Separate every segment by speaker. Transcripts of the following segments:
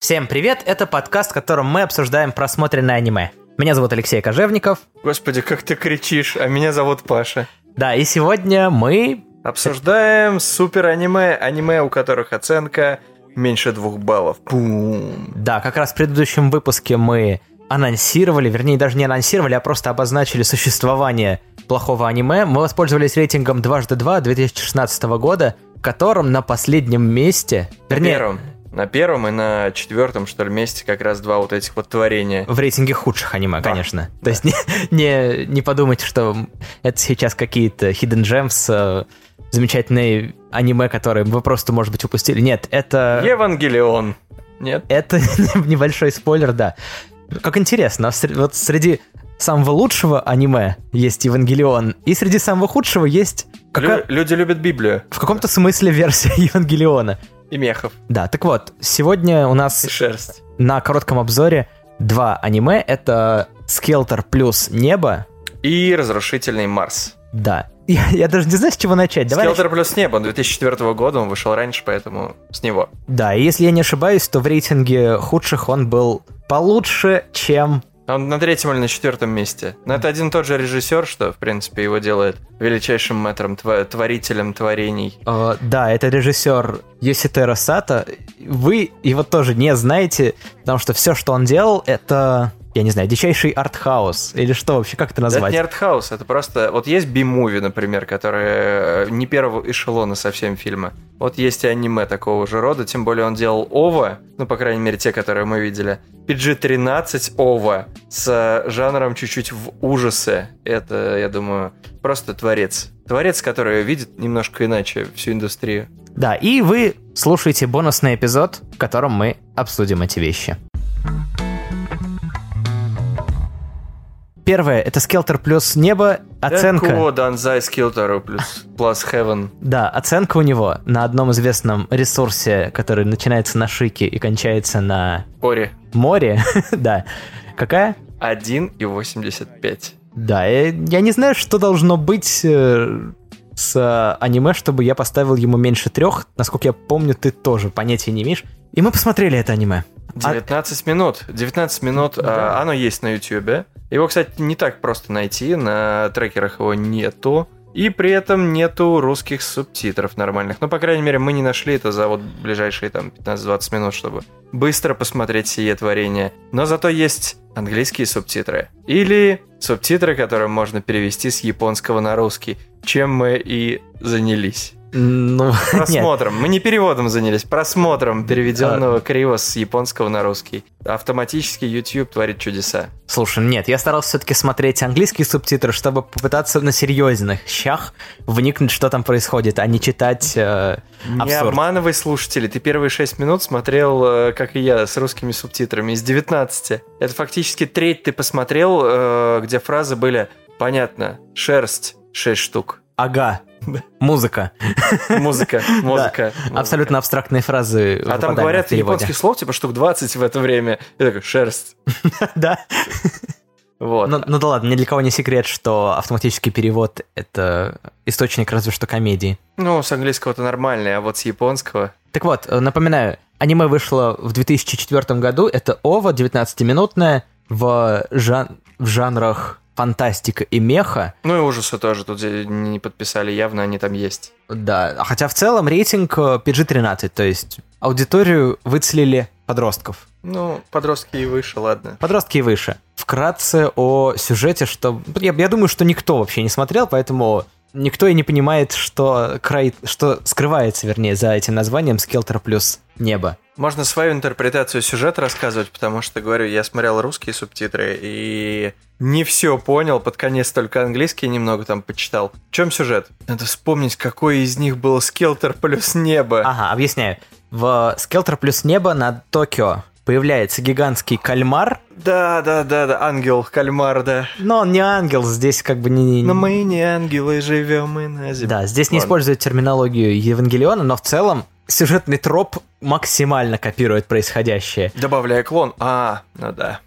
Speaker 1: Всем привет, это подкаст, в котором мы обсуждаем просмотренное аниме. Меня зовут Алексей Кожевников.
Speaker 2: Господи, как ты кричишь, а меня зовут Паша.
Speaker 1: Да, и сегодня мы...
Speaker 2: Обсуждаем супер аниме, аниме, у которых оценка меньше двух баллов. Пум.
Speaker 1: Да, как раз в предыдущем выпуске мы анонсировали, вернее, даже не анонсировали, а просто обозначили существование плохого аниме. Мы воспользовались рейтингом дважды два 2016 года, в котором на последнем месте... Вернее,
Speaker 2: Первым. На первом и на четвертом, что ли, месте как раз два вот этих вот творения.
Speaker 1: В рейтинге худших аниме,
Speaker 2: Да.
Speaker 1: конечно. То есть не, не, не подумайте, что это сейчас какие-то Hidden Gems, э, замечательные аниме, которые вы просто, может быть, упустили. Нет, это...
Speaker 2: Евангелион. Нет?
Speaker 1: Это небольшой спойлер, да. Как интересно, а сре- вот среди самого лучшего аниме есть Евангелион, и среди самого худшего есть какая-
Speaker 2: Лю- люди любят Библию
Speaker 1: в каком-то смысле версия Евангелиона.
Speaker 2: и мехов,
Speaker 1: Да, так вот, сегодня у нас
Speaker 2: и шерсть.
Speaker 1: на коротком обзоре два аниме. Это Скелтер плюс Небо.
Speaker 2: И разрушительный Марс.
Speaker 1: Да. Я, я даже не знаю, с чего начать. Давай.
Speaker 2: Скелтер плюс небо, он 2004 года, он вышел раньше, поэтому с него.
Speaker 1: нач- Да, и если я не ошибаюсь, то в рейтинге худших он был получше, чем
Speaker 2: Он на третьем или на четвертом месте. Но это один и тот же режиссер, что, в принципе, его делает величайшим мэтром, тва- творителем творений.
Speaker 1: Э, Да, это режиссер Йоситера Сата. Вы его тоже не знаете, потому что все, что он делал, это, я не знаю, дичайший артхаус. Или что вообще, как это
Speaker 2: Да Это
Speaker 1: назвать?
Speaker 2: не артхаус, это просто... Вот есть би-муви, например, которые э, не первого эшелона совсем фильма. Вот есть и аниме такого же рода, тем более он делал ОВА, ну, по крайней мере, те, которые мы видели. PG-13 ОВА с э, жанром чуть-чуть в ужасы. Это, я думаю, просто творец. Творец, который видит немножко иначе всю индустрию.
Speaker 1: Да, и вы слушаете бонусный эпизод, в котором мы обсудим эти вещи. Первое, это Скелтер плюс Небо. Оценка.
Speaker 2: Эко, Данзай, Скилтер плюс Plus Heaven.
Speaker 1: Да, оценка у него на одном известном ресурсе, который начинается на шике и кончается на
Speaker 2: Ори.
Speaker 1: море. да. Какая?
Speaker 2: 1,85.
Speaker 1: Да, э, я не знаю, что должно быть э, с э, аниме, чтобы я поставил ему меньше трех. Насколько я помню, ты тоже понятия не имеешь. И мы посмотрели это аниме.
Speaker 2: 19 минут. 19 минут.
Speaker 1: Да.
Speaker 2: а, оно есть на Ютьюбе. Его, кстати, не так просто найти. На трекерах его нету. И при этом нету русских субтитров нормальных. Ну, по крайней мере, мы не нашли это за вот ближайшие там 15-20 минут, чтобы быстро посмотреть сие творение. Но зато есть английские субтитры. Или субтитры, которые можно перевести с японского на русский. Чем мы и занялись.
Speaker 1: Ну, нет.
Speaker 2: Просмотром. Мы не переводом занялись, просмотром
Speaker 1: А.
Speaker 2: переведенного криво с японского на русский. Автоматически YouTube творит чудеса.
Speaker 1: Слушай, нет, я старался все-таки смотреть английские субтитры, чтобы попытаться на серьезных щах вникнуть, что там происходит, а не читать... э,
Speaker 2: Не
Speaker 1: Абсурд.
Speaker 2: обманывай слушателей. Ты первые 6 минут смотрел, э, как и я, с русскими субтитрами, из 19. Это фактически треть ты посмотрел, э, где фразы были «Понятно, шерсть 6 штук».
Speaker 1: Ага,
Speaker 2: Да.
Speaker 1: музыка.
Speaker 2: Музыка, музыка. музыка.
Speaker 1: Абсолютно абстрактные фразы.
Speaker 2: А там
Speaker 1: выпадают в
Speaker 2: говорят
Speaker 1: переводе.
Speaker 2: японских слов, типа штук 20 в это время. Я такой, шерсть.
Speaker 1: Да.
Speaker 2: Вот.
Speaker 1: Ну, ну да ладно, ни для кого не секрет, что автоматический перевод — это источник разве что комедии.
Speaker 2: Ну, с английского-то нормальный, а вот с японского...
Speaker 1: Так вот, э, напоминаю, аниме вышло в 2004 году, это ОВА, 19-минутное, в, жан- в жанрах фантастика и меха.
Speaker 2: Ну и ужасы тоже тут не подписали, явно они там есть.
Speaker 1: Да, хотя в целом рейтинг э, PG-13, то есть аудиторию выцелили подростков.
Speaker 2: Ну, подростки и выше, ладно.
Speaker 1: Подростки и выше. Вкратце о сюжете, что... Я, я думаю, что никто вообще не смотрел, поэтому никто и не понимает, что, край... что скрывается, вернее, за этим названием «Скелтер плюс небо».
Speaker 2: Можно свою интерпретацию сюжета рассказывать, потому что, говорю, я смотрел русские субтитры и не все понял, под конец только английский немного там почитал. В чем сюжет? Надо вспомнить, какой из них был Скелтер плюс небо.
Speaker 1: Ага, объясняю. В «Скелтер плюс небо» над Токио появляется гигантский кальмар,
Speaker 2: Да, да, да, да, ангел, кальмар, да.
Speaker 1: но он не ангел, здесь как бы не...
Speaker 2: Но мы не ангелы, живем мы на земле.
Speaker 1: Да, здесь не
Speaker 2: Ладно.
Speaker 1: используют терминологию Евангелиона, но в целом сюжетный троп максимально копирует происходящее.
Speaker 2: Добавляя клон. А, ну да.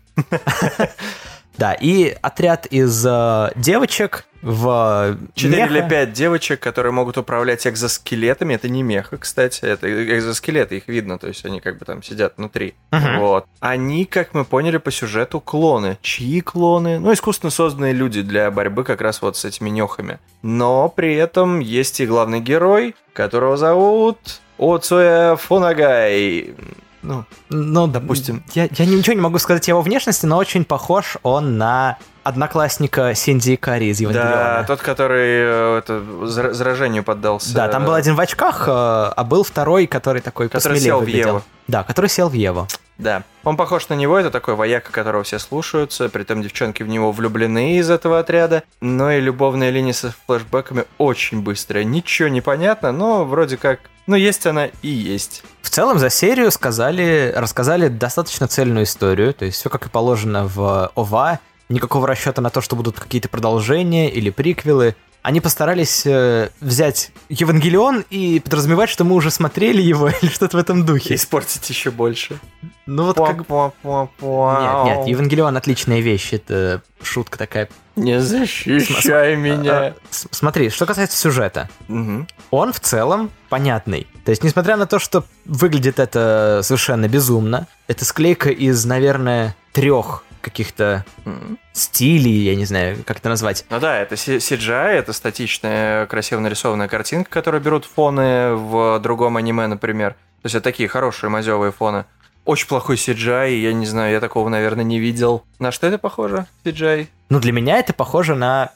Speaker 1: Да, и отряд из э, девочек в э,
Speaker 2: 4
Speaker 1: меха.
Speaker 2: или 5 девочек, которые могут управлять экзоскелетами. Это не меха, кстати, это э, экзоскелеты, их видно, то есть они как бы там сидят внутри.
Speaker 1: Мгм.
Speaker 2: Вот. Они, как мы поняли по сюжету, клоны. Чьи клоны? Ну, искусственно созданные люди для борьбы как раз вот с этими нехами. Но при этом есть и главный герой, которого зовут Оцуя Фунагай. Ну,
Speaker 1: Ну,
Speaker 2: Допустим.
Speaker 1: Я, я ничего не могу сказать о его внешности, но очень похож он на одноклассника Синди Икари из
Speaker 2: да,
Speaker 1: Евангелиона.
Speaker 2: тот, который э, это, зар- заражению поддался.
Speaker 1: Да, там был один в очках, э, а был второй, который такой
Speaker 2: Который
Speaker 1: посмелее
Speaker 2: сел в
Speaker 1: выглядел.
Speaker 2: Еву.
Speaker 1: Да, который сел в Еву.
Speaker 2: Да. Он похож на него, это такой вояка, которого все слушаются, при этом девчонки в него влюблены из этого отряда, но и любовная линия со флешбэками очень быстрая. Ничего не понятно, но вроде как... Ну, есть она и есть.
Speaker 1: В целом за серию сказали, рассказали достаточно цельную историю, то есть все как и положено в ОВА, никакого расчета на то, что будут какие-то продолжения или приквелы. Они постарались э, взять Евангелион и подразумевать, что мы уже смотрели его или что-то в этом
Speaker 2: И
Speaker 1: духе.
Speaker 2: испортить еще больше.
Speaker 1: Ну вот как... Нет,
Speaker 2: Нет,
Speaker 1: нет, Евангелион отличная вещь, это шутка такая. Э,
Speaker 2: Не защищай меня.
Speaker 1: С- Смотри, что касается сюжета.
Speaker 2: Мгм.
Speaker 1: он в целом понятный. То есть, несмотря на то, что выглядит это совершенно безумно, это склейка из, наверное, трех каких-то
Speaker 2: Мгм.
Speaker 1: стилей, я не знаю, как это назвать.
Speaker 2: Ну да, это си- CGI, это статичная, красиво нарисованная картинка, которую берут фоны в другом аниме, например. То есть это такие хорошие мазевые фоны. Очень плохой CGI, я не знаю, я такого, наверное, не видел. На что это похоже, CGI?
Speaker 1: Ну, для меня это похоже на...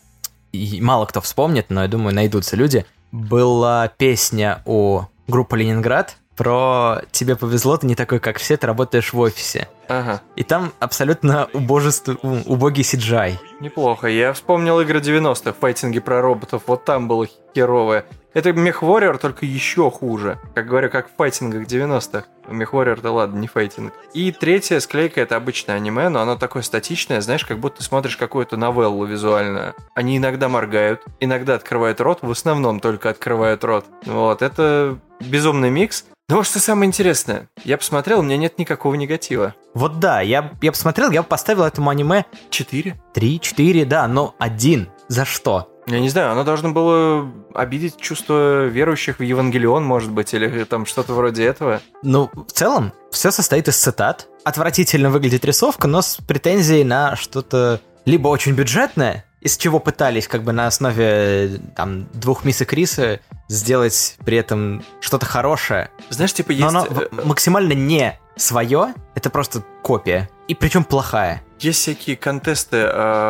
Speaker 1: и Мало кто вспомнит, но я думаю, найдутся люди. Была песня у группы «Ленинград» про «Тебе повезло, ты не такой, как все, ты работаешь в офисе».
Speaker 2: Ага,
Speaker 1: И там абсолютно убожество, у- убогий CGI.
Speaker 2: неплохо. Я вспомнил игры 90-х, файтинги про роботов, вот там было херовое. Это Мехворриор, только еще хуже. Как говорю, как в файтингах 90-х. Мехворриор, да ладно, не файтинг. И третья склейка это обычное аниме, но оно такое статичное, знаешь, как будто ты смотришь какую-то новеллу визуально. Они иногда моргают, иногда открывают рот, в основном только открывают рот. Вот, это безумный микс. Но вот что самое интересное, я посмотрел, у меня нет никакого негатива.
Speaker 1: Вот да, я, я посмотрел, я бы поставил этому аниме
Speaker 2: Четыре?
Speaker 1: Три, четыре, да, но один. За что?
Speaker 2: Я не знаю, оно должно было обидеть чувство верующих в Евангелион, может быть, или там что-то вроде этого.
Speaker 1: Ну, в целом, все состоит из цитат. Отвратительно выглядит рисовка, но с претензией на что-то либо очень бюджетное, из чего пытались как бы на основе там двух мисок риса сделать при этом что-то хорошее.
Speaker 2: Знаешь, типа
Speaker 1: Но
Speaker 2: есть,
Speaker 1: оно
Speaker 2: э,
Speaker 1: в- максимально не свое, это просто копия. И причем плохая.
Speaker 2: есть всякие контесты...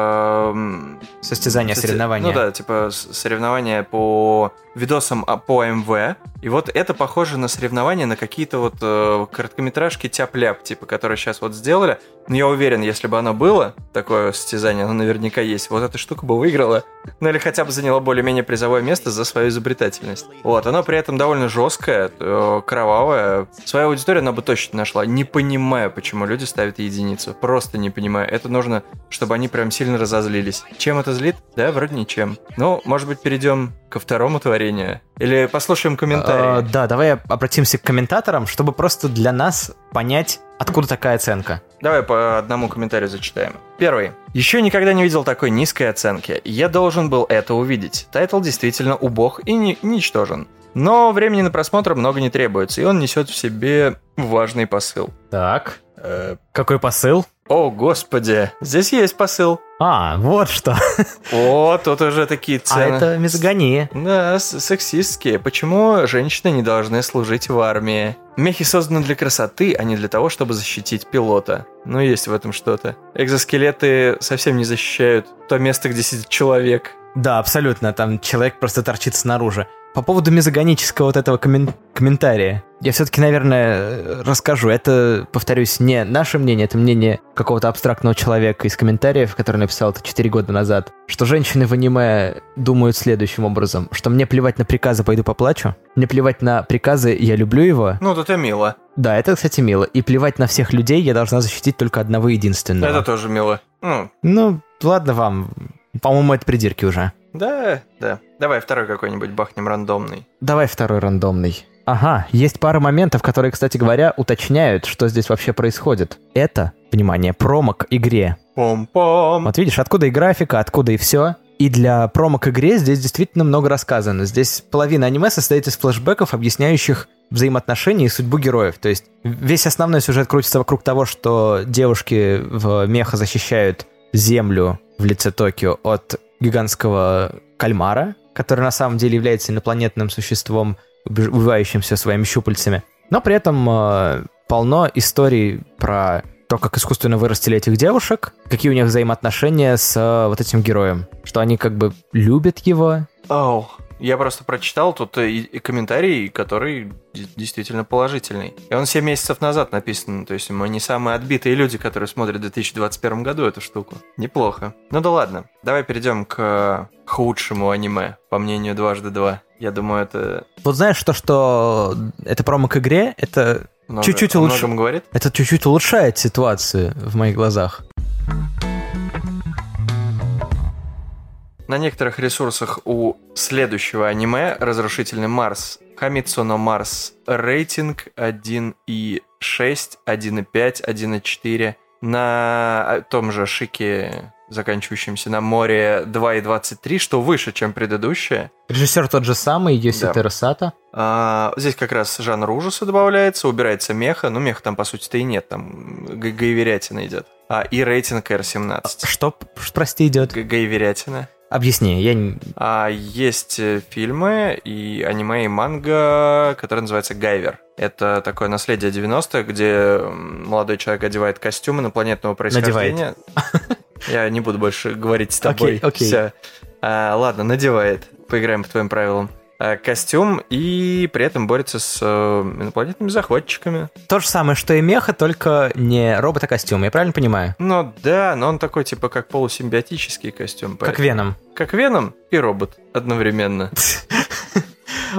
Speaker 2: эм,
Speaker 1: Состязания,
Speaker 2: соци-
Speaker 1: соревнования.
Speaker 2: Ну да, типа с- соревнования по видосам а, по МВ. И вот это похоже на соревнования на какие-то вот э, короткометражки тяп-ляп, типа, которые сейчас вот сделали. Но я уверен, если бы оно было, такое состязание, оно наверняка есть, вот эта штука бы выиграла. Ну или хотя бы заняла более-менее призовое место за свою изобретательность. Вот, оно при этом довольно жесткое, э, кровавое. Свою аудиторию она бы точно нашла. Не понимаю, почему люди ставят единицу. Просто не понимаю. Это нужно, чтобы они прям сильно разозлились. Чем это злит? Да, вроде ничем. Ну, может быть, перейдем ко второму творению. Или послушаем
Speaker 1: Э,
Speaker 2: комментарии.
Speaker 1: да, давай обратимся к комментаторам, чтобы просто для нас понять, откуда такая оценка.
Speaker 2: Давай по одному комментарию зачитаем. Первый. Еще никогда не видел такой низкой оценки. Я должен был это увидеть. Тайтл действительно убог и ни- ничтожен. Но времени на просмотр много не требуется, и он несет в себе важный посыл.
Speaker 1: Так. Э, Какой посыл?
Speaker 2: О, господи, здесь есть посыл.
Speaker 1: А, вот что.
Speaker 2: О, тут уже такие
Speaker 1: А
Speaker 2: цены.
Speaker 1: это мизогония.
Speaker 2: Да, с- сексистские. Почему женщины не должны служить в армии? Мехи созданы для красоты, а не для того, чтобы защитить пилота. Ну, есть в этом что-то. Экзоскелеты совсем не защищают то место, где сидит человек.
Speaker 1: Да, абсолютно. Там человек просто торчит снаружи. По поводу мизогонического вот этого коммен- комментария. Я все-таки, наверное, э, расскажу. Это, повторюсь, не наше мнение, это мнение какого-то абстрактного человека из комментариев, который написал это 4 года назад, что женщины в аниме думают следующим образом, что мне плевать на приказы, пойду поплачу, мне плевать на приказы, я люблю его.
Speaker 2: Ну, тут это мило.
Speaker 1: Да, это, кстати, мило. И плевать на всех людей, я должна защитить только одного единственного.
Speaker 2: Это тоже мило. Ну,
Speaker 1: Ну, ладно вам. По-моему, это придирки уже.
Speaker 2: да, да. Давай второй какой-нибудь бахнем рандомный.
Speaker 1: Давай второй рандомный. Ага, есть пара моментов, которые, кстати говоря, уточняют, что здесь вообще происходит. Это, внимание, промо к игре.
Speaker 2: Пом-пом.
Speaker 1: Вот видишь, откуда и графика, откуда и все. И для промо к игре здесь действительно много рассказано. Здесь половина аниме состоит из флэшбэков, объясняющих взаимоотношения и судьбу героев. То есть весь основной сюжет крутится вокруг того, что девушки в меха защищают землю в лице Токио от гигантского кальмара, который на самом деле является инопланетным существом, убивающимся своими щупальцами. Но при этом э, полно историй про то, как искусственно вырастили этих девушек, какие у них взаимоотношения с э, вот этим героем, что они как бы любят его.
Speaker 2: Оу. Я просто прочитал тут и, и комментарий, который д- действительно положительный. И он 7 месяцев назад написан, то есть мы не самые отбитые люди, которые смотрят в 2021 году эту штуку. Неплохо. Ну да ладно, давай перейдем к э, худшему аниме, по мнению дважды два. Я думаю, это
Speaker 1: Вот знаешь то, что это промо к игре, это
Speaker 2: много-
Speaker 1: Чуть-чуть
Speaker 2: о
Speaker 1: лучше.
Speaker 2: многом говорит.
Speaker 1: это чуть-чуть улучшает ситуацию в моих глазах.
Speaker 2: На некоторых ресурсах у следующего аниме «Разрушительный Марс» Хамитсуно Марс рейтинг 1,6, 1,5, 1,4. На а, том же шике, заканчивающемся на море 2,23, что выше, чем предыдущее.
Speaker 1: Режиссер тот же самый, Йоси
Speaker 2: Да.
Speaker 1: Терасата.
Speaker 2: А, здесь как раз жанр ужаса добавляется, убирается меха, но меха там, по сути-то, и нет, там г- гайверятина идет. А, и рейтинг R17.
Speaker 1: Что, п- прости, идет?
Speaker 2: Г- Гайверятина.
Speaker 1: Объясни, я не-
Speaker 2: А есть э, фильмы и аниме и манга, который называется Гайвер. Это такое наследие 90-х, где м, молодой человек одевает костюм инопланетного происхождения. Я не буду больше говорить с тобой.
Speaker 1: Окей, окей.
Speaker 2: Всё. А, ладно, надевает. Поиграем по твоим правилам. А, Костюм и при этом борется с э, инопланетными захватчиками.
Speaker 1: То же самое, что и меха, только не робот, а костюм, я правильно понимаю?
Speaker 2: Ну да, но он такой типа как полусимбиотический костюм.
Speaker 1: Как Веном.
Speaker 2: как Веном и робот одновременно.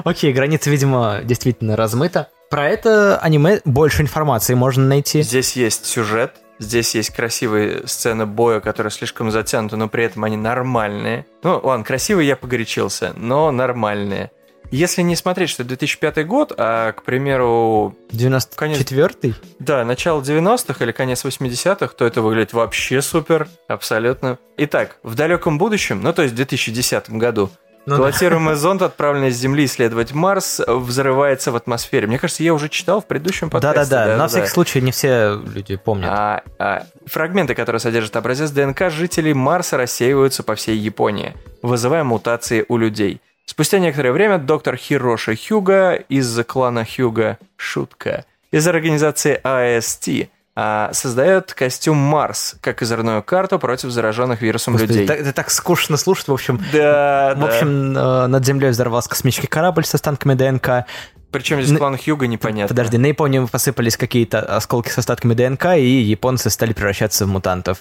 Speaker 1: Окей, граница, видимо, действительно размыта. Про это аниме больше информации можно найти.
Speaker 2: Здесь есть сюжет, здесь есть красивые сцены боя, которые слишком затянуты, но при этом они нормальные. Ну, ладно, красивые я погорячился, но нормальные. Если не смотреть, что 2005 год, а, к примеру,
Speaker 1: 94-й?
Speaker 2: да, начало 90-х или конец 80-х, то это выглядит вообще супер, абсолютно. Итак, в далеком будущем, ну то есть в 2010 году,
Speaker 1: Ну да.
Speaker 2: пилотируемый зонд, отправленный с Земли исследовать Марс, взрывается в атмосфере. Мне кажется, я уже читал в предыдущем подкасте.
Speaker 1: Да-да-да, на
Speaker 2: да-да-да.
Speaker 1: всякий случай не все люди помнят.
Speaker 2: А, а, фрагменты, которые содержат образец ДНК жителей Марса, рассеиваются по всей Японии, вызывая мутации у людей. Спустя некоторое время доктор Хироши Хьюга из клана Хьюга Шутка из организации AST а, создает костюм Марс как озорную карту против зараженных вирусом
Speaker 1: Господи,
Speaker 2: людей.
Speaker 1: так- это так скучно слушать, в общем.
Speaker 2: Да,
Speaker 1: В общем, э, над землей взорвался космический корабль с останками ДНК.
Speaker 2: Причем здесь
Speaker 1: на-
Speaker 2: клан Хьюга непонятно.
Speaker 1: Подожди, на Японию посыпались какие-то осколки с остатками ДНК, и японцы стали превращаться в мутантов.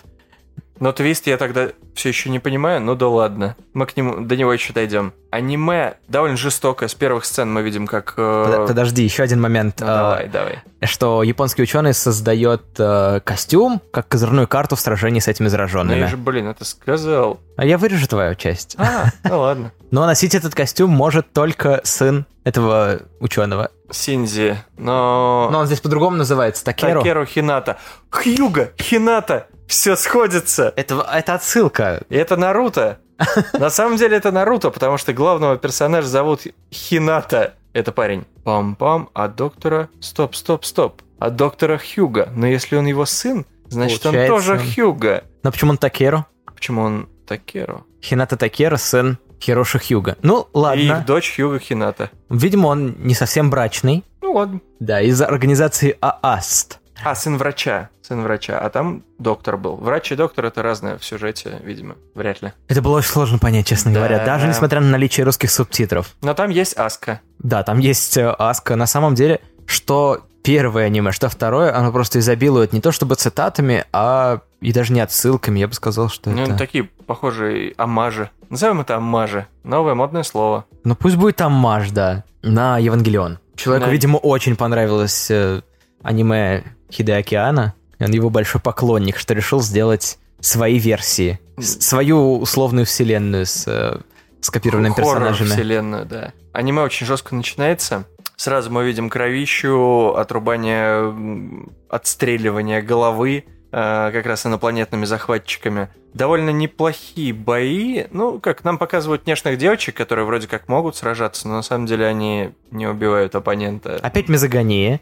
Speaker 2: Но твист я тогда все еще не понимаю, ну да ладно. Мы к нему до него еще дойдем. Аниме довольно жестокое. С первых сцен мы видим, как. э,
Speaker 1: Под- Подожди, еще один момент.
Speaker 2: ну,
Speaker 1: э,
Speaker 2: давай, давай.
Speaker 1: Что японский ученый создает э, костюм, как козырную карту в сражении с этими
Speaker 2: Ну я
Speaker 1: зараженными.
Speaker 2: же, блин, это сказал.
Speaker 1: А я вырежу твою часть.
Speaker 2: А, ну ладно.
Speaker 1: Но носить этот костюм может только сын этого ученого.
Speaker 2: Синзи, но.
Speaker 1: Но он здесь по-другому называется, Такеру.
Speaker 2: Такеру Хината. Хьюга! Хината! Все сходится!
Speaker 1: Это, это отсылка.
Speaker 2: И Это Наруто! На самом деле это Наруто, потому что главного персонажа зовут Хината. Это парень. Пам-пам, а доктора... Стоп, стоп, стоп. А доктора Хьюга. Но если он его сын, значит
Speaker 1: Получается,
Speaker 2: он тоже
Speaker 1: он-
Speaker 2: Хьюга.
Speaker 1: Но почему он Такеру?
Speaker 2: Почему он Такеру?
Speaker 1: Хината Такера, сын Хироши Хьюга. Ну,
Speaker 2: И их
Speaker 1: ладно.
Speaker 2: дочь Хьюга Хината.
Speaker 1: Видимо, он не совсем брачный.
Speaker 2: Ну ладно.
Speaker 1: Да, из организации ААСТ.
Speaker 2: А, сын врача. Сын врача. А там доктор был. Врач и доктор это разное в сюжете, видимо. Вряд ли.
Speaker 1: Это было очень сложно понять, честно
Speaker 2: Да.
Speaker 1: говоря, даже несмотря на наличие русских субтитров.
Speaker 2: Но там есть Аска.
Speaker 1: Да, там есть э, Аска. На самом деле, что первое аниме, что второе, оно просто изобилует не то чтобы цитатами, а и даже не отсылками. Я бы сказал, что
Speaker 2: Ну,
Speaker 1: это...
Speaker 2: такие похожие амажи. Назовем это амажи. Новое модное слово.
Speaker 1: Ну пусть будет там Маш, да, на Евангелион. Человеку,
Speaker 2: Да.
Speaker 1: видимо, очень понравилось э, аниме Хидеокеана. и Он его большой поклонник, что решил сделать свои версии, с- свою условную вселенную с э, скопированными персонажами.
Speaker 2: вселенную, да. Аниме очень жестко начинается. Сразу мы видим кровищу, отрубание, м, отстреливание головы. э, как раз инопланетными захватчиками. Довольно неплохие бои. Ну, как нам показывают нежных девочек, которые вроде как могут сражаться, но на самом деле они не убивают оппонента.
Speaker 1: Опять мезогония.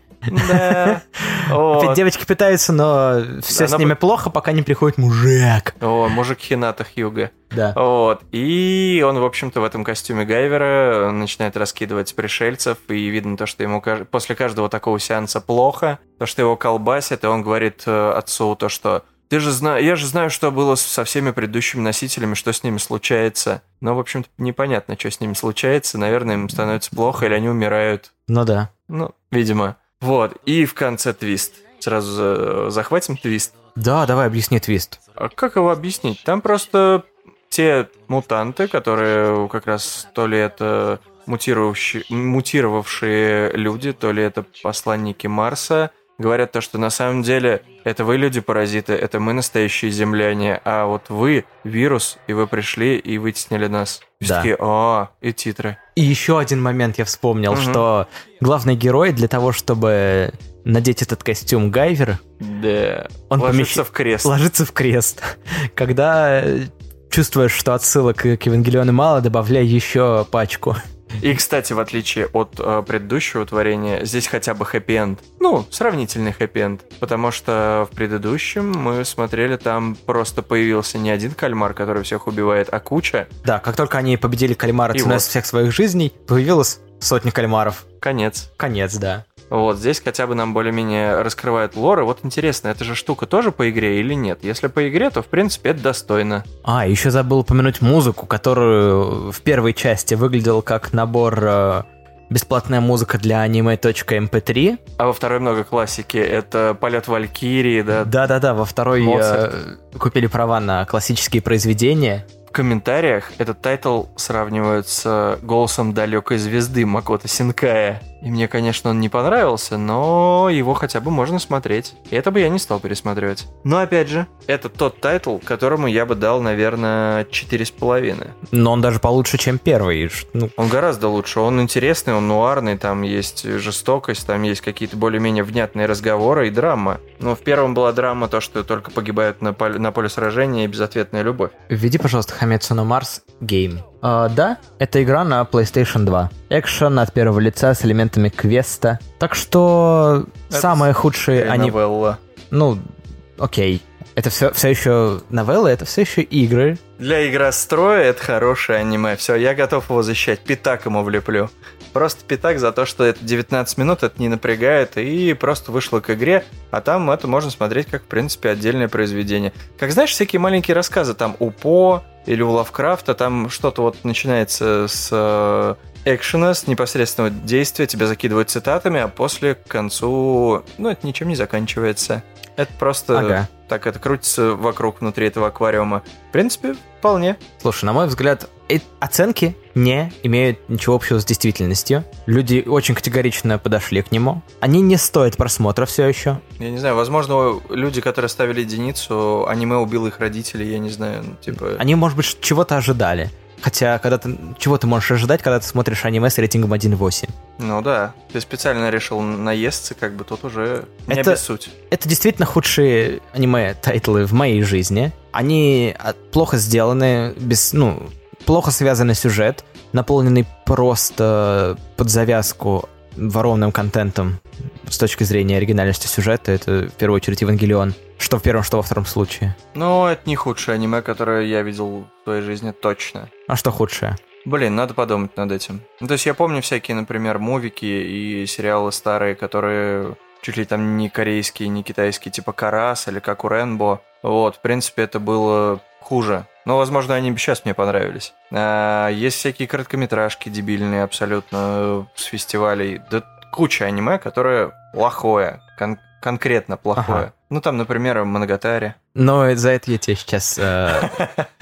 Speaker 2: Да.
Speaker 1: Опять
Speaker 2: Вот.
Speaker 1: девочки пытаются, но все
Speaker 2: Она
Speaker 1: с ними
Speaker 2: бы-
Speaker 1: плохо, пока не приходит мужик.
Speaker 2: О, мужик Хината Хьюга.
Speaker 1: Да.
Speaker 2: Вот. И он, в общем-то, в этом костюме Гайвера начинает раскидывать пришельцев, и видно то, что ему каж- после каждого такого сеанса плохо, то, что его колбасит, и он говорит э, отцу то, что ты же зна... я же знаю, что было с- со всеми предыдущими носителями, что с ними случается. Но, в общем-то, непонятно, что с ними случается. Наверное, им становится плохо, или они умирают.
Speaker 1: Ну да.
Speaker 2: Ну, видимо. Вот. И в конце твист. Сразу за- э, захватим твист.
Speaker 1: Да, давай объясни твист.
Speaker 2: А как его объяснить? Там просто те мутанты, которые как раз то ли это мутирующие, мутировавшие люди, то ли это посланники Марса, говорят то, что на самом деле это вы люди-паразиты, это мы настоящие земляне, а вот вы вирус, и вы пришли и вытеснили нас. Все
Speaker 1: Да.
Speaker 2: такие, о, и титры.
Speaker 1: И еще один момент я вспомнил,
Speaker 2: Мгм.
Speaker 1: что главный герой для того, чтобы надеть этот костюм Гайвера,
Speaker 2: Да.
Speaker 1: Он
Speaker 2: Он ложится
Speaker 1: помещ-
Speaker 2: в кресло.
Speaker 1: ложится в крест. Когда э, чувствуешь, что отсылок к Евангелиону мало, добавляй еще пачку.
Speaker 2: И, кстати, в отличие от э, предыдущего творения, здесь хотя бы хэппи-энд. Ну, сравнительный хэппи-энд. Потому что в предыдущем мы смотрели, там просто появился не один кальмар, который всех убивает, а куча.
Speaker 1: Да, как только они победили кальмара
Speaker 2: И
Speaker 1: ценой
Speaker 2: вот.
Speaker 1: всех своих жизней, появилось сотни кальмаров.
Speaker 2: Конец.
Speaker 1: Конец, да.
Speaker 2: Вот, здесь хотя бы нам более-менее раскрывают лоры. Вот интересно, эта же штука тоже по игре или нет? Если по игре, то, в принципе, это достойно.
Speaker 1: А, еще забыл упомянуть музыку, которую в первой части выглядел как набор э, бесплатная музыка для аниме.mp3.
Speaker 2: А во второй много классики. Это полет Валькирии, да.
Speaker 1: Да-да-да, во второй э,
Speaker 2: Моцарт.
Speaker 1: купили права на классические произведения.
Speaker 2: В комментариях этот тайтл сравнивают с голосом далекой звезды Макота Синкая. И мне, конечно, он не понравился, но его хотя бы можно смотреть. И это бы я не стал пересматривать. Но опять же, это тот тайтл, которому я бы дал, наверное, 4,5.
Speaker 1: Но он даже получше, чем первый. Ш- Ну,
Speaker 2: Он гораздо лучше, он интересный, он нуарный, там есть жестокость, там есть какие-то более-менее внятные разговоры и драма. Но в первом была драма то, что только погибают на поле, на поле сражения и безответная любовь.
Speaker 1: введи, пожалуйста, Хаметсу на Марс Game. А, да, это игра на PlayStation 2. Экшен от первого лица с элементами квеста. Так что
Speaker 2: Это
Speaker 1: самые худшие
Speaker 2: Или
Speaker 1: они...
Speaker 2: новелла.
Speaker 1: Ну, окей. Это все, все еще новеллы, это все еще игры.
Speaker 2: Для игростроя это хорошее аниме. Все, я готов его защищать. Пятак ему влеплю. Просто пятак за то, что это 19 минут, это не напрягает, и просто вышло к игре, а там это можно смотреть как, в принципе, отдельное произведение. Как знаешь, всякие маленькие рассказы, там у По или у Лавкрафта, там что-то вот начинается с э, экшена, с непосредственного действия, тебя закидывают цитатами, а после к концу, ну, это ничем не заканчивается. Это просто
Speaker 1: Ага.
Speaker 2: так это крутится вокруг внутри этого аквариума. В принципе, вполне.
Speaker 1: Слушай, на мой взгляд, э- оценки не имеют ничего общего с действительностью. Люди очень категорично подошли к нему. Они не стоят просмотра все еще.
Speaker 2: Я не знаю, возможно, люди, которые ставили единицу, аниме убило их родителей, я не знаю, ну, типа...
Speaker 1: Они, может быть, ш- чего-то ожидали. Хотя, когда ты, чего ты можешь ожидать, когда ты смотришь аниме с рейтингом 1.8?
Speaker 2: Ну да, ты специально решил наесться, как бы тут уже не
Speaker 1: Это-
Speaker 2: обессудь.
Speaker 1: Это действительно худшие аниме-тайтлы в моей жизни. Они а, плохо сделаны, без, ну, плохо связанный сюжет, наполненный просто под завязку воровным контентом с точки зрения оригинальности сюжета. Это, в первую очередь, Евангелион. Что в первом, что во втором случае.
Speaker 2: Но это не худшее аниме, которое я видел в своей жизни точно.
Speaker 1: А что худшее?
Speaker 2: Блин, надо подумать над этим. Ну, То есть я помню всякие, например, мувики и сериалы старые, которые чуть ли там не корейские, не китайские, типа Карас или как у Рэнбо. Вот, в принципе, это было хуже. Но, возможно, они бы сейчас мне понравились. А, есть всякие короткометражки дебильные абсолютно э, с фестивалей. Да куча аниме, которое плохое. кон- конкретно плохое.
Speaker 1: Ага.
Speaker 2: Ну, там, например, Моногатари.
Speaker 1: Но за это я тебя сейчас э,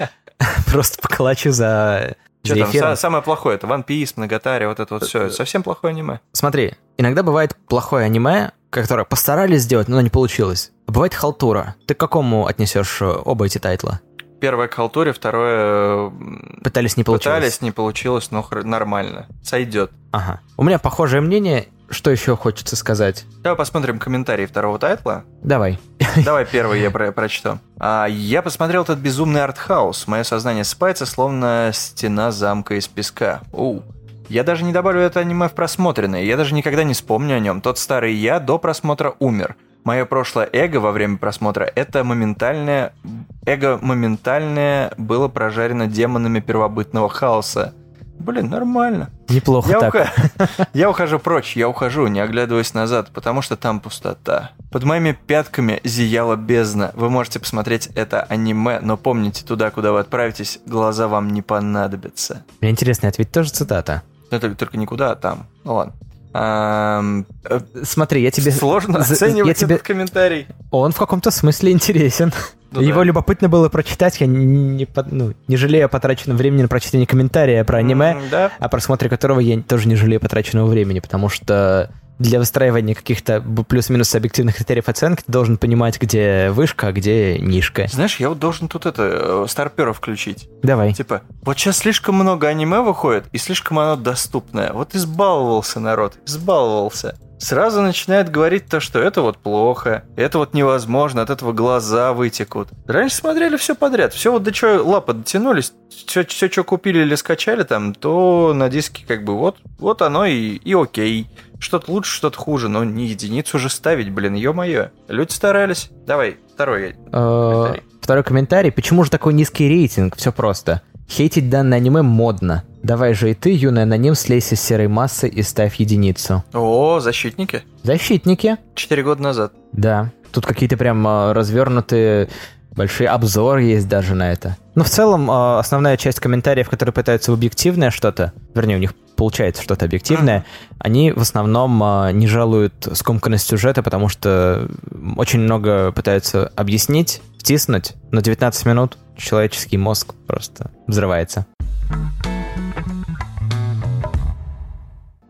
Speaker 1: просто поколачу за
Speaker 2: Чё
Speaker 1: за
Speaker 2: там?
Speaker 1: эфиром.
Speaker 2: Са- самое плохое это One Piece, Моногатари, вот это вот все. Совсем плохое аниме.
Speaker 1: Смотри, иногда бывает плохое аниме, которое постарались сделать, но не получилось. А бывает халтура. Ты к какому отнесешь э, оба эти тайтла?
Speaker 2: Первое к халтуре, второе э, м,
Speaker 1: Пытались, не получилось.
Speaker 2: пытались, не получилось, но хр- нормально. Сойдет.
Speaker 1: Ага. У меня похожее мнение, что еще хочется сказать?
Speaker 2: Давай посмотрим комментарии второго тайтла.
Speaker 1: Давай.
Speaker 2: Давай первый я про- прочту. А, я посмотрел этот безумный артхаус. Мое сознание спается, словно стена замка из песка. Оу. Я даже не добавлю это аниме в просмотренное. Я даже никогда не вспомню о нем. Тот старый я до просмотра умер. Мое прошлое эго во время просмотра — это моментальное... Эго моментальное было прожарено демонами первобытного хаоса. Блин, нормально.
Speaker 1: Неплохо
Speaker 2: Я,
Speaker 1: так.
Speaker 2: уха- я ухожу прочь, я ухожу, не оглядываясь назад, потому что там пустота. Под моими пятками зияла бездна. Вы можете посмотреть это аниме, но помните, туда, куда вы отправитесь, глаза вам не понадобятся.
Speaker 1: Мне интересно, это ведь тоже цитата.
Speaker 2: Ну, только, только никуда, а там. Ну ладно. Ам, э,
Speaker 1: Смотри, я тебе...
Speaker 2: Сложно
Speaker 1: за-
Speaker 2: оценивать
Speaker 1: я тебе-
Speaker 2: этот комментарий.
Speaker 1: Он в каком-то смысле интересен.
Speaker 2: Ну
Speaker 1: Его
Speaker 2: да.
Speaker 1: любопытно было прочитать, я не, по- ну, не жалею о потраченном времени на прочтение комментария про аниме,
Speaker 2: М, Да.
Speaker 1: о просмотре которого я тоже не жалею потраченного времени, потому что для выстраивания каких-то б- плюс-минус объективных критериев оценки ты должен понимать, где вышка, а где нишка.
Speaker 2: Знаешь, я вот должен тут это, старпера включить.
Speaker 1: Давай.
Speaker 2: Типа, вот сейчас слишком много аниме выходит, и слишком оно доступное. Вот избаловался народ, избаловался. Сразу начинает говорить то, что это вот плохо, это вот невозможно, от этого глаза вытекут. Раньше смотрели все подряд, все вот до чего лапы дотянулись, все, все что купили или скачали там, то на диске как бы вот, вот оно и, и окей. Что-то лучше, что-то хуже, но не единицу же ставить, блин, ё-моё. Люди старались. Давай, второй.
Speaker 1: Э, Второй комментарий. Почему же такой низкий рейтинг? Все просто. Хейтить данное аниме модно. Давай же и ты, юный аноним, слейся с серой массы и ставь единицу.
Speaker 2: О, защитники.
Speaker 1: Защитники.
Speaker 2: Четыре года назад.
Speaker 1: Да. Тут какие-то прям э, развернутые большие обзоры есть даже на это. Но в целом э, основная часть комментариев, которые пытаются в объективное что-то, вернее, у них получается что-то объективное, они в основном э, не жалуют скомканность сюжета, потому что очень много пытаются объяснить, втиснуть, но 19 минут человеческий мозг просто взрывается.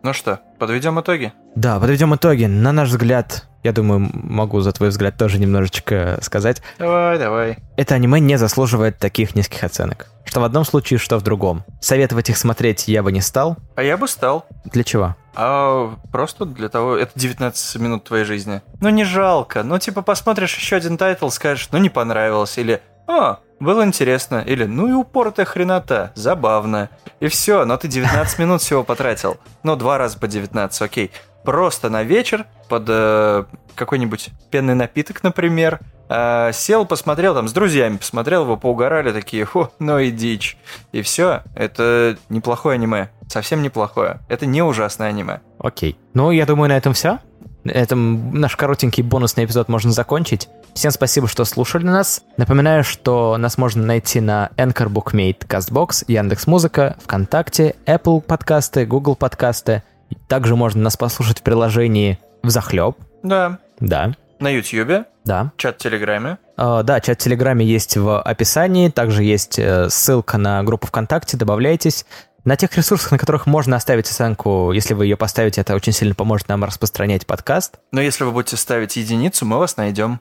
Speaker 2: Ну что, подведем итоги?
Speaker 1: Да, подведем итоги. На наш взгляд, я думаю, могу за твой взгляд тоже немножечко сказать,
Speaker 2: Давай, давай.
Speaker 1: это аниме не заслуживает таких низких оценок. Что в одном случае, что в другом. Советовать их смотреть я бы не стал.
Speaker 2: А я бы стал.
Speaker 1: Для чего?
Speaker 2: А просто для того, это 19 минут твоей жизни. Ну не жалко. Ну типа посмотришь еще один тайтл, скажешь, ну не понравилось. Или, а, было интересно. Или, ну и упоротая хренота, забавно. И все, но ты 19 минут всего потратил. Ну два раза по 19, окей. Просто на вечер под э, какой-нибудь пенный напиток, например, э, сел, посмотрел там с друзьями, посмотрел его, поугарали такие, хо, ну и дичь. И все, это неплохое аниме. Совсем неплохое. Это не ужасное аниме.
Speaker 1: Окей. Ну, я думаю, на этом все. На этом наш коротенький бонусный эпизод можно закончить. Всем спасибо, что слушали нас. Напоминаю, что нас можно найти на Anchor Bookmate, CastBox, Яндекс.Музыка, ВКонтакте, Apple подкасты, Google подкасты. Также можно нас послушать в приложении «Взахлеб».
Speaker 2: Да.
Speaker 1: Да,
Speaker 2: На Ютьюбе,
Speaker 1: да.
Speaker 2: чат в Телеграме.
Speaker 1: Э, Да, чат в Телеграме есть в описании, также есть э, ссылка на группу ВКонтакте, добавляйтесь. На тех ресурсах, на которых можно оставить оценку, если вы ее поставите, это очень сильно поможет нам распространять подкаст.
Speaker 2: Но если вы будете ставить единицу, мы вас найдем.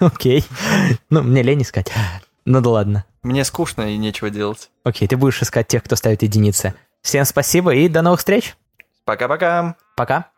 Speaker 1: Окей. Ну, мне лень искать. Ну да ладно.
Speaker 2: Мне скучно и нечего делать.
Speaker 1: Окей, ты будешь искать тех, кто ставит единицы. Всем спасибо и до новых встреч.
Speaker 2: Пока-пока.
Speaker 1: Пока.